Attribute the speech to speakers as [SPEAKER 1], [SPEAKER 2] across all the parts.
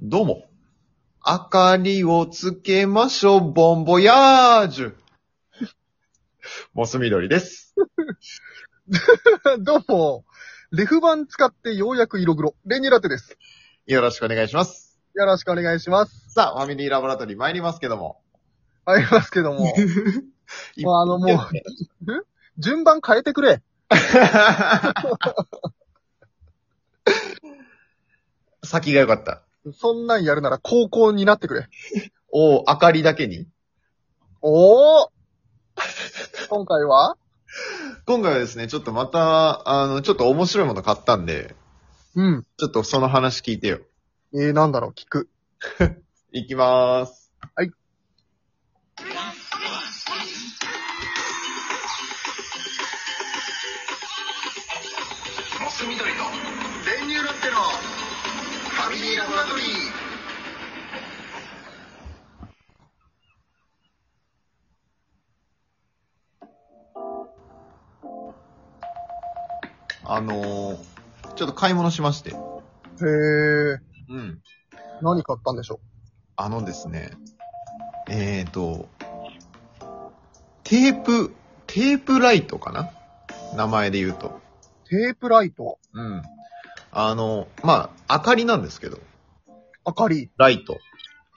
[SPEAKER 1] どうも。明かりをつけましょう、ボンボヤージュ。モス緑です。
[SPEAKER 2] どうも、レフ板使ってようやく色黒、レニラテです。
[SPEAKER 1] よろしくお願いします。
[SPEAKER 2] よろしくお願いします。
[SPEAKER 1] さあ、ファミリーラボラトリー参りますけども。。
[SPEAKER 2] ありますけどもまあ、あの、もう、順番変えてくれ。
[SPEAKER 1] 先が良かった。
[SPEAKER 2] そんなんやるなら高校になってくれ。
[SPEAKER 1] おー、明かりだけに。
[SPEAKER 2] おお今回は
[SPEAKER 1] 今回はですね、ちょっとまた、あの、ちょっと面白いもの買ったんで、
[SPEAKER 2] うん。
[SPEAKER 1] ちょっとその話聞いてよ。
[SPEAKER 2] えー、なんだろう、聞く。
[SPEAKER 1] いきまーす。
[SPEAKER 2] はい。
[SPEAKER 1] モス緑の電流ラテのファミリーラボラトリー。あのー、ちょっと買い物しまして。
[SPEAKER 2] へえ、
[SPEAKER 1] うん。
[SPEAKER 2] 何買ったんでしょ
[SPEAKER 1] あのですね、えーと、テープ、テープライトかな名前で言うと。
[SPEAKER 2] う。テープライト、
[SPEAKER 1] うん。あの、まあ、明かりなんですけど、
[SPEAKER 2] 明かり、
[SPEAKER 1] ライト。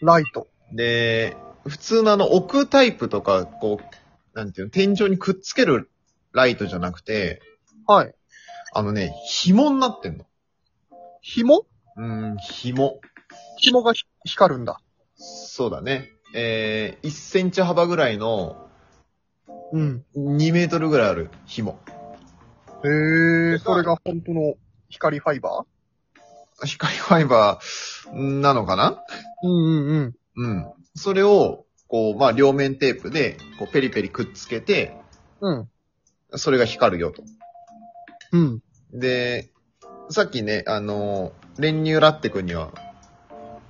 [SPEAKER 2] ライト。
[SPEAKER 1] で、普通のあの、置くタイプとか、こう、なんていうの、天井にくっつけるライトじゃなくて、
[SPEAKER 2] はい。
[SPEAKER 1] あのね、紐になってんの。
[SPEAKER 2] 紐
[SPEAKER 1] うん、紐。
[SPEAKER 2] 紐がひ光るんだ。
[SPEAKER 1] そうだね。えー、1センチ幅ぐらいの
[SPEAKER 2] うん。
[SPEAKER 1] 2メートルぐらいある紐。
[SPEAKER 2] へえ、それが本当の光ファイバ
[SPEAKER 1] 光ファイバーなのかな
[SPEAKER 2] ーうんうんうん。
[SPEAKER 1] うん。それを、こう、まあ、両面テープで、こう、ペリペリくっつけて、
[SPEAKER 2] うん。
[SPEAKER 1] それが光るよと。
[SPEAKER 2] うん。
[SPEAKER 1] で、さっきね、あの、練乳ラッテ君には、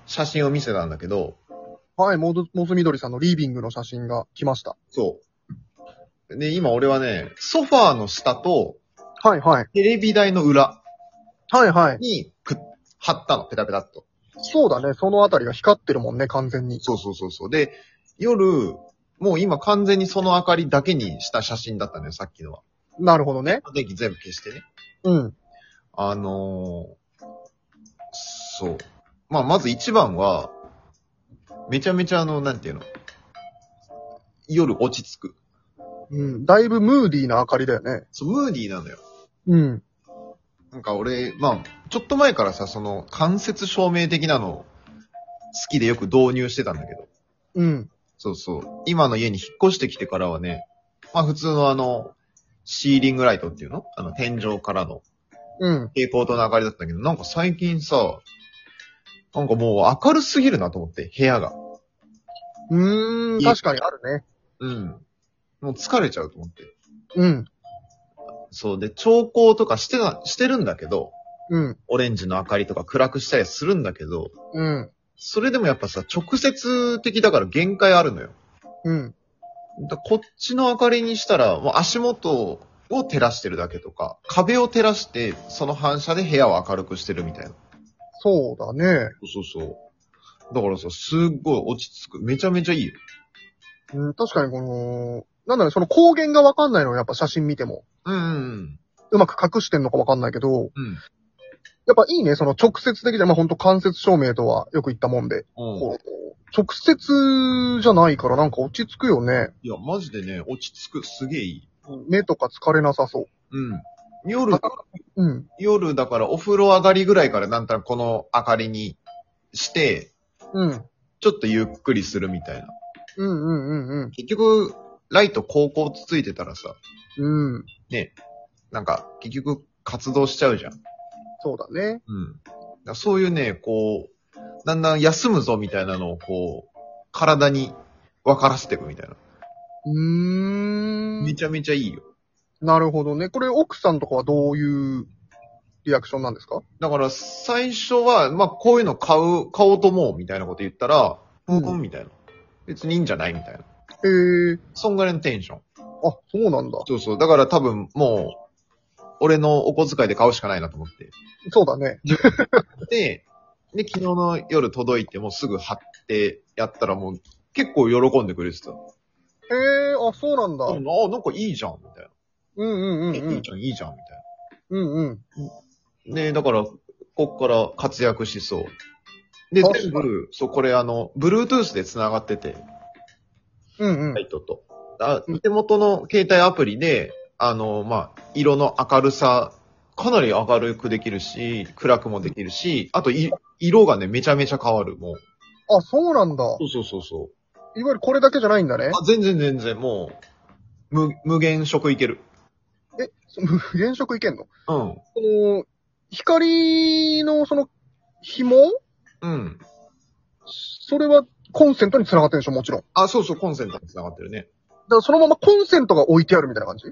[SPEAKER 1] 写真を見せたんだけど、
[SPEAKER 2] はい、モズ、モズ緑さんのリービングの写真が来ました。
[SPEAKER 1] そう。で、今俺はね、ソファーの下と、
[SPEAKER 2] はいはい。
[SPEAKER 1] テレビ台の裏
[SPEAKER 2] はいはい。
[SPEAKER 1] にくっ、貼ったの、ペタペタっと。
[SPEAKER 2] そうだね、そのあたりが光ってるもんね、完全に。
[SPEAKER 1] そうそうそうそう。で、夜、もう今完全にその明かりだけにした写真だったのよ、さっきのは。
[SPEAKER 2] なるほどね。
[SPEAKER 1] 電気全部消してね。
[SPEAKER 2] うん。
[SPEAKER 1] あのーそう。まあ、まず一番は、めちゃめちゃあの、なんていうの夜落ち着く。
[SPEAKER 2] うん。だいぶムーディーな明かりだよね。
[SPEAKER 1] そう、ムーディーなのよ。
[SPEAKER 2] うん。
[SPEAKER 1] なんか俺、まあ、ちょっと前からさ、その、間接照明的なのを、好きでよく導入してたんだけど。
[SPEAKER 2] うん。
[SPEAKER 1] そうそう。今の家に引っ越してきてからはね、まあ普通のあの、シーリングライトっていうのあの、天井からの
[SPEAKER 2] うん。
[SPEAKER 1] 蛍光灯の明かりだったけど、なんか最近さ、なんかもう明るすぎるなと思って、部屋が。
[SPEAKER 2] うー
[SPEAKER 1] い
[SPEAKER 2] ん、
[SPEAKER 1] い
[SPEAKER 2] 確かにあるね。
[SPEAKER 1] うん。もう疲れちゃうと思って。
[SPEAKER 2] うん。
[SPEAKER 1] そう。で、調光とかしてな、してるんだけど、
[SPEAKER 2] うん。
[SPEAKER 1] オレンジの明かりとか暗くしたりするんだけど、
[SPEAKER 2] うん。
[SPEAKER 1] それでもやっぱさ、直接的だから限界あるのよ。
[SPEAKER 2] うん。
[SPEAKER 1] だこっちの明かりにしたら、もう足元を照らしてるだけとか、壁を照らして、その反射で部屋を明るくしてるみたいな。
[SPEAKER 2] そうだね。
[SPEAKER 1] そうそうそう。だからさ、すっごい落ち着く。めちゃめちゃいいよ。
[SPEAKER 2] うん、確かにこの、なんだろう、その光源がわかんないのよやっぱ写真見ても。
[SPEAKER 1] うんうん
[SPEAKER 2] うまく隠してんのかわかんないけど、
[SPEAKER 1] うん。うん。
[SPEAKER 2] やっぱいいね、その直接的で、まあ、ほんと間接照明とはよく言ったもん
[SPEAKER 1] う
[SPEAKER 2] で。
[SPEAKER 1] ん
[SPEAKER 2] こう直接じゃないからなんか落ち着くよね。
[SPEAKER 1] いや、マジでね、落ち着く。すげえいい。
[SPEAKER 2] 目とか疲れなさそう。
[SPEAKER 1] うん。夜、
[SPEAKER 2] うん。
[SPEAKER 1] 夜だからお風呂上がりぐらいからなんたらこの明かりにして、
[SPEAKER 2] うん。
[SPEAKER 1] ちょっとゆっくりするみたいな。
[SPEAKER 2] うんうんうん
[SPEAKER 1] 結局、ライト高校ついてたらさ、
[SPEAKER 2] うん。うん。
[SPEAKER 1] なんか、結局活動しちゃうじゃん。
[SPEAKER 2] そうだね。
[SPEAKER 1] うん。だからそういうね、こう、だんだん休むぞみたいなのをこう、体に分からせていくみたいな。
[SPEAKER 2] うー
[SPEAKER 1] め
[SPEAKER 2] ん。
[SPEAKER 1] ちゃめちゃいいよ。
[SPEAKER 2] なるほどね。これ奥さんとかはどういうリアクションなんですか
[SPEAKER 1] だから、最初は、まあ、こういうの買う、買おうと思うみたいなこと言ったら、う
[SPEAKER 2] うん
[SPEAKER 1] ん、みたいな。別にいいんじゃないみたいな。
[SPEAKER 2] へえー。
[SPEAKER 1] そんぐらいのテンション。
[SPEAKER 2] あ、そうなんだ。
[SPEAKER 1] そうそう。だから多分、もう、俺のお小遣いで買うしかないなと思って。
[SPEAKER 2] そうだね。
[SPEAKER 1] で、で、昨日の夜届いて、もうすぐ貼ってやったらもう結構喜んでくれてた。
[SPEAKER 2] へえー、あ、そうなんだ。
[SPEAKER 1] あ、
[SPEAKER 2] うん
[SPEAKER 1] なんかいいじゃん、みたい
[SPEAKER 2] うんうんう
[SPEAKER 1] な。えいい
[SPEAKER 2] ん。
[SPEAKER 1] じゃん、いいじゃん、みたい
[SPEAKER 2] うんうん。
[SPEAKER 1] な。ねだから、こっから活躍しそう。で、
[SPEAKER 2] 確かに
[SPEAKER 1] 全部、そう、これあの、Bluetooth で繋がってて、
[SPEAKER 2] うんう
[SPEAKER 1] サ
[SPEAKER 2] ん。
[SPEAKER 1] イトと。あ手元の携帯アプリで、あの、まあ、色の明るさ、かなり明るくできるし、暗くもできるし、あとい、色がね、めちゃめちゃ変わる、もう。
[SPEAKER 2] あ、そうなんだ。
[SPEAKER 1] そうそうそうそう。
[SPEAKER 2] いわゆるこれだけじゃないん だね。
[SPEAKER 1] あ、全然全然、もう、無、無限色いける。
[SPEAKER 2] その原色いけん
[SPEAKER 1] う
[SPEAKER 2] の
[SPEAKER 1] ん。
[SPEAKER 2] この、光のその、紐
[SPEAKER 1] うん。
[SPEAKER 2] それはコンセントに繋がってるでしょ、もちろん。だ
[SPEAKER 1] あ、そうそう、コンセントに繋がってるね。
[SPEAKER 2] からそのままコンセントが置いてあるみたいな感じ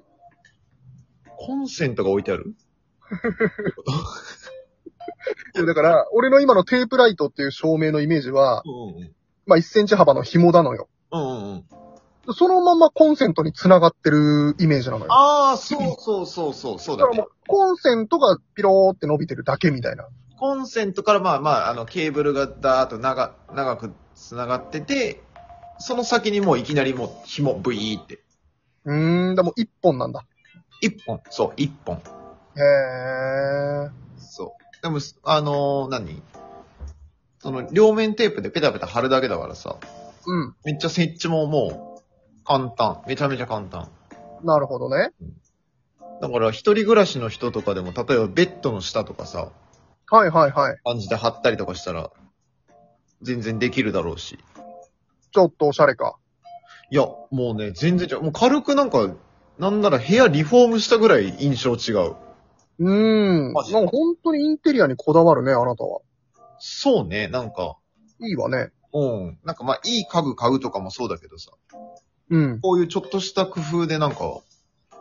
[SPEAKER 1] コンセントが置いてある
[SPEAKER 2] いやだから、俺の今のテープライトっていう照明のイメージは、
[SPEAKER 1] うんうん。
[SPEAKER 2] まあ、1センチ幅の紐なのよ。
[SPEAKER 1] うんうんうん。
[SPEAKER 2] そのままコンセントに繋がってるイメージなのよ。
[SPEAKER 1] ああ、そうそうそうそう、そう
[SPEAKER 2] だ
[SPEAKER 1] だ
[SPEAKER 2] からも
[SPEAKER 1] ね
[SPEAKER 2] う。、コンセントがピローって伸びてるだけみたいな。
[SPEAKER 1] コンセントからまあまあ、あの、ケーブルがだーっと長、長く繋がってて、その先にもういきなりもう紐ブイーって。
[SPEAKER 2] うーん、でも一本なんだ。
[SPEAKER 1] 一本。そう、一本。
[SPEAKER 2] へー。
[SPEAKER 1] そう。でも、あのー何その、両面テープでペタペタ貼るだけだからさ。
[SPEAKER 2] うん。
[SPEAKER 1] めっちゃ設置ももう、簡単。めちゃめちゃ簡単。
[SPEAKER 2] なるほどね。
[SPEAKER 1] だから、一人暮らしの人とかでも、例えばベッドの下とかさ、
[SPEAKER 2] はいはいはい。
[SPEAKER 1] 感じで貼ったりとかしたら、全然できるだろうし。
[SPEAKER 2] ちょっとおしゃれか。
[SPEAKER 1] いや、もうね、全然違う。もう軽くなんか、なんなら部屋リフォームしたぐらい印象違う。
[SPEAKER 2] うーん。なん
[SPEAKER 1] マジ
[SPEAKER 2] か本当にインテリアにこだわるね、あなたは。
[SPEAKER 1] そうね、なんか、
[SPEAKER 2] いいわね。
[SPEAKER 1] うん。なんかまあ、いい家具買うとかもそうだけどさ、
[SPEAKER 2] うん。
[SPEAKER 1] こういうちょっとした工夫でなんか、い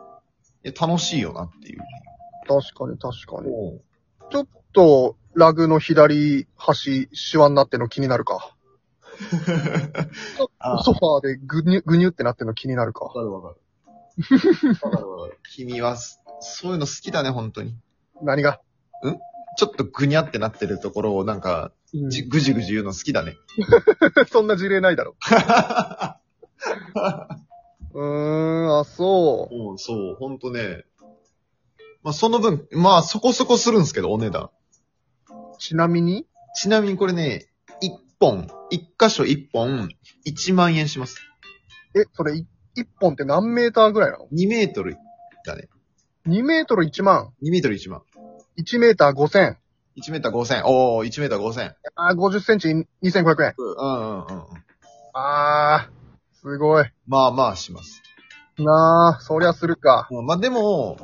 [SPEAKER 1] や楽しいよなっていう。
[SPEAKER 2] 確かに確かに。
[SPEAKER 1] うん。
[SPEAKER 2] と、ラグの左端、シワになってるの気になるか。
[SPEAKER 1] あ
[SPEAKER 2] ソファーでぐにゅ、ぐにゅってなってるの気になるか。
[SPEAKER 1] かるわかる。わかるわかる。君はす、そういうの好きだね、本当に。
[SPEAKER 2] 何が、
[SPEAKER 1] ちょっとぐにゃってなってるところをなんか、
[SPEAKER 2] うん
[SPEAKER 1] じ、ぐじぐじ言うの好きだね。
[SPEAKER 2] そんな事例ないだ ろ。うーん、あ、そう。
[SPEAKER 1] うん、そう、ほんとね。まあ、その分、まあ、そこそこするんですけど、お値段。
[SPEAKER 2] ちなみに
[SPEAKER 1] ちなみにこれね、一本、一箇所一本、1万円します。
[SPEAKER 2] え、それ、い一本って何メーターぐらいなの
[SPEAKER 1] 2メートルだね。
[SPEAKER 2] ?2 メートル1万、
[SPEAKER 1] 2メートル1万。
[SPEAKER 2] 1メーター5千、
[SPEAKER 1] 1メーター5000。おー、1メーター5000。
[SPEAKER 2] あー50センチ2500円。
[SPEAKER 1] うんうんうんうん。
[SPEAKER 2] あー、すごい。
[SPEAKER 1] まあまあします。
[SPEAKER 2] なあ、そりゃするか。
[SPEAKER 1] うんまあでも、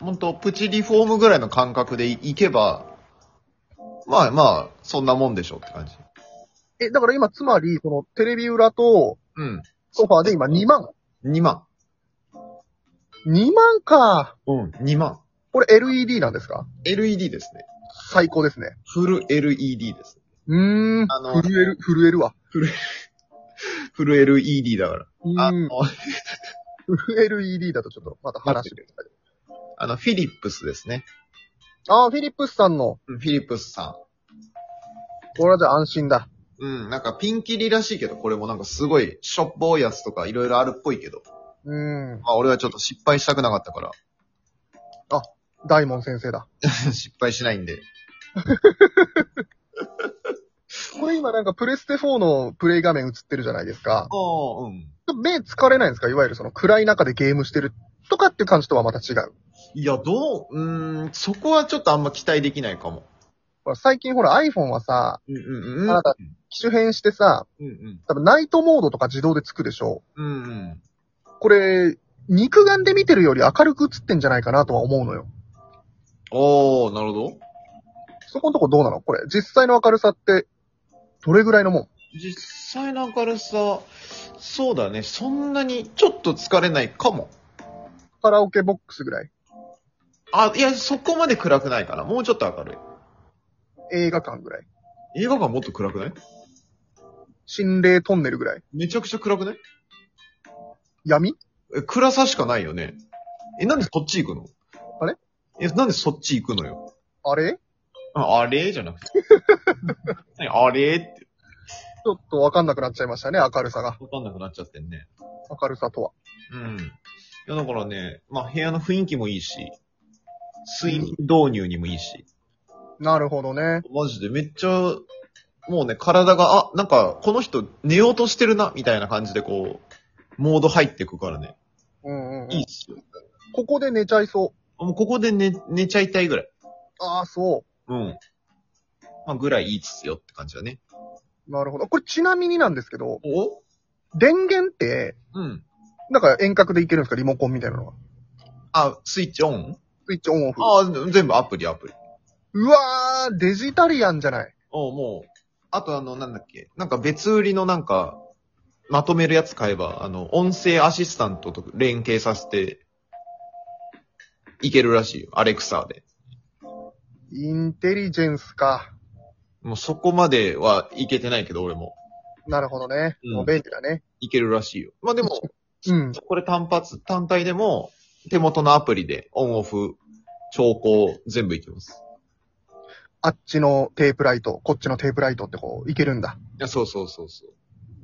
[SPEAKER 1] ほんと、プチリフォームぐらいの感覚でいいけば、まあまあ、そんなもんでしょうって感じ。
[SPEAKER 2] え、だから今、つまり、このテレビ裏と
[SPEAKER 1] うん。
[SPEAKER 2] ソファーで今2万。
[SPEAKER 1] 2万。
[SPEAKER 2] 2万か。
[SPEAKER 1] うん、2万。
[SPEAKER 2] これ LED なんですか
[SPEAKER 1] LED ですね。
[SPEAKER 2] 最高ですね。
[SPEAKER 1] フル LED です。
[SPEAKER 2] うーん。
[SPEAKER 1] あの
[SPEAKER 2] 震える、震えるわ。
[SPEAKER 1] フル LED だから。
[SPEAKER 2] う
[SPEAKER 1] あ
[SPEAKER 2] ん
[SPEAKER 1] の。、
[SPEAKER 2] 震える ED だとちょっとまた話してる。
[SPEAKER 1] あの、フィリップスですね。
[SPEAKER 2] ああ、フィリップスさんの。
[SPEAKER 1] うんフィリップスさ
[SPEAKER 2] これはじゃあ安心だ。
[SPEAKER 1] ん。うん、なんかピンキリらしいけど、これもなんかすごい、しょっぽいやつとかいろいろあるっぽいけど。
[SPEAKER 2] うん。
[SPEAKER 1] まあ俺はちょっと失敗したくなかったから、
[SPEAKER 2] 大門先生だ。
[SPEAKER 1] 失敗しないんで。
[SPEAKER 2] これ今なんかプレステ4のプレイ画面映ってるじゃないですか。
[SPEAKER 1] ああ、うん。
[SPEAKER 2] 目疲れないんですかいわゆるその暗い中でゲームしてるとかっていう感じとはまた違う。
[SPEAKER 1] いや、どう、うーん、そこはちょっとあんま期待できないかも。
[SPEAKER 2] ほら最近ほら iPhone はさ、
[SPEAKER 1] うんうんうん。
[SPEAKER 2] あなた機種変してさ、
[SPEAKER 1] うんうん。
[SPEAKER 2] 多分ナイトモードとか自動でつくでしょ
[SPEAKER 1] うんうん。
[SPEAKER 2] う。これ、肉眼で見てるより明るく映ってんじゃないかなとは思うのよ。
[SPEAKER 1] おー、なるほど。
[SPEAKER 2] そこのとこどうなのこれ、実際の明るさって、どれぐらいのもん
[SPEAKER 1] 実際の明るさ、そうだね、そんなにちょっと疲れないかも。
[SPEAKER 2] カラオケボックスぐらい
[SPEAKER 1] あ、いや、そこまで暗くないかな。もうちょっと明る
[SPEAKER 2] 映画館ぐらい
[SPEAKER 1] い。映画館もっと暗くない
[SPEAKER 2] 心霊トンネルぐらい
[SPEAKER 1] めちゃくちゃ暗くない
[SPEAKER 2] 闇
[SPEAKER 1] え、暗さしかないよね。え、なんでそっち行くの
[SPEAKER 2] あれ
[SPEAKER 1] え、なんでそっち行くのよ。
[SPEAKER 2] あれ
[SPEAKER 1] ああれじゃなくて。あれって
[SPEAKER 2] ちょっとわかんなくなっちゃいましたね、明るさが。
[SPEAKER 1] わかんなくなっちゃってんね。
[SPEAKER 2] 明るさとは。
[SPEAKER 1] うん。いや、だからね、まあ部屋の雰囲気もいいし、睡眠導入にもいいし、
[SPEAKER 2] なるほどね。
[SPEAKER 1] マジでめっちゃ、もうね、体が、あ、なんか、この人寝ようとしてるな、みたいな感じでこう、モード入ってくからね。
[SPEAKER 2] うんうん、うん。
[SPEAKER 1] いいっすよ。
[SPEAKER 2] ここで寝ちゃいそ
[SPEAKER 1] もうここで寝、寝ちゃいたいぐらい。
[SPEAKER 2] う。ああ、そ
[SPEAKER 1] うん。まあ、ぐらいいいっすよって感じだね。
[SPEAKER 2] う。なるほど。これちなみになんですけど、
[SPEAKER 1] お
[SPEAKER 2] 電源って、
[SPEAKER 1] うん。
[SPEAKER 2] なんか遠隔でいけるんですかリモコンみたいなのが。
[SPEAKER 1] あ、スイッチオン
[SPEAKER 2] スイッチオンオフ。
[SPEAKER 1] あ全部アプリアプリ。
[SPEAKER 2] うわー、デジタリアンじゃない。
[SPEAKER 1] おもう。あとあの、なんだっけ。なんか別売りのなんか、まとめるやつ買えば、あの、音声アシスタントと連携させて、いけるらしいよ。アレクサで。
[SPEAKER 2] インテリジェンスか。
[SPEAKER 1] もうそこまではいけてないけど、俺も。
[SPEAKER 2] なるほどね。
[SPEAKER 1] うん
[SPEAKER 2] もう便利だね。
[SPEAKER 1] いけるらしいよ。まあでも、
[SPEAKER 2] うん。
[SPEAKER 1] これ単発、単体でも、手元のアプリで、オンオフ、調光、全部いけます。
[SPEAKER 2] あっちのテープライト、こっちのテープライトってこう、いけるんだ。
[SPEAKER 1] いや、そうそうそうそう。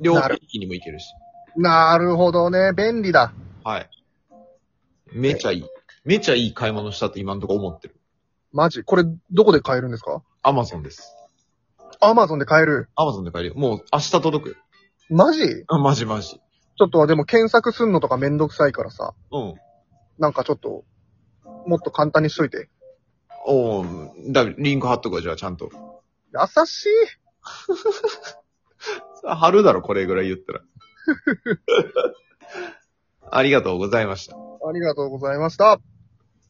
[SPEAKER 1] 両方一気にもいけるし。
[SPEAKER 2] なるほどね。便利だ。
[SPEAKER 1] はい。めちゃいい。めちゃいい買い物したって今のところ思ってる。
[SPEAKER 2] マジ。これ、どこで買えるんですか
[SPEAKER 1] アマゾンです。
[SPEAKER 2] アマゾンで買える。
[SPEAKER 1] アマゾンで買えるよ。もう明日届くよ。
[SPEAKER 2] マジ
[SPEAKER 1] あ、マジマジ。
[SPEAKER 2] ちょっとでも検索すんのとかめんどくさいからさ、
[SPEAKER 1] うん。
[SPEAKER 2] なんかちょっと、もっと簡単にしといて。
[SPEAKER 1] おーだ、リンク貼っとくわ、じゃあちゃんと。
[SPEAKER 2] 優しい
[SPEAKER 1] 貼るだろ、これぐらい言ったら。 ありがとうございました。
[SPEAKER 2] ありがとうございました。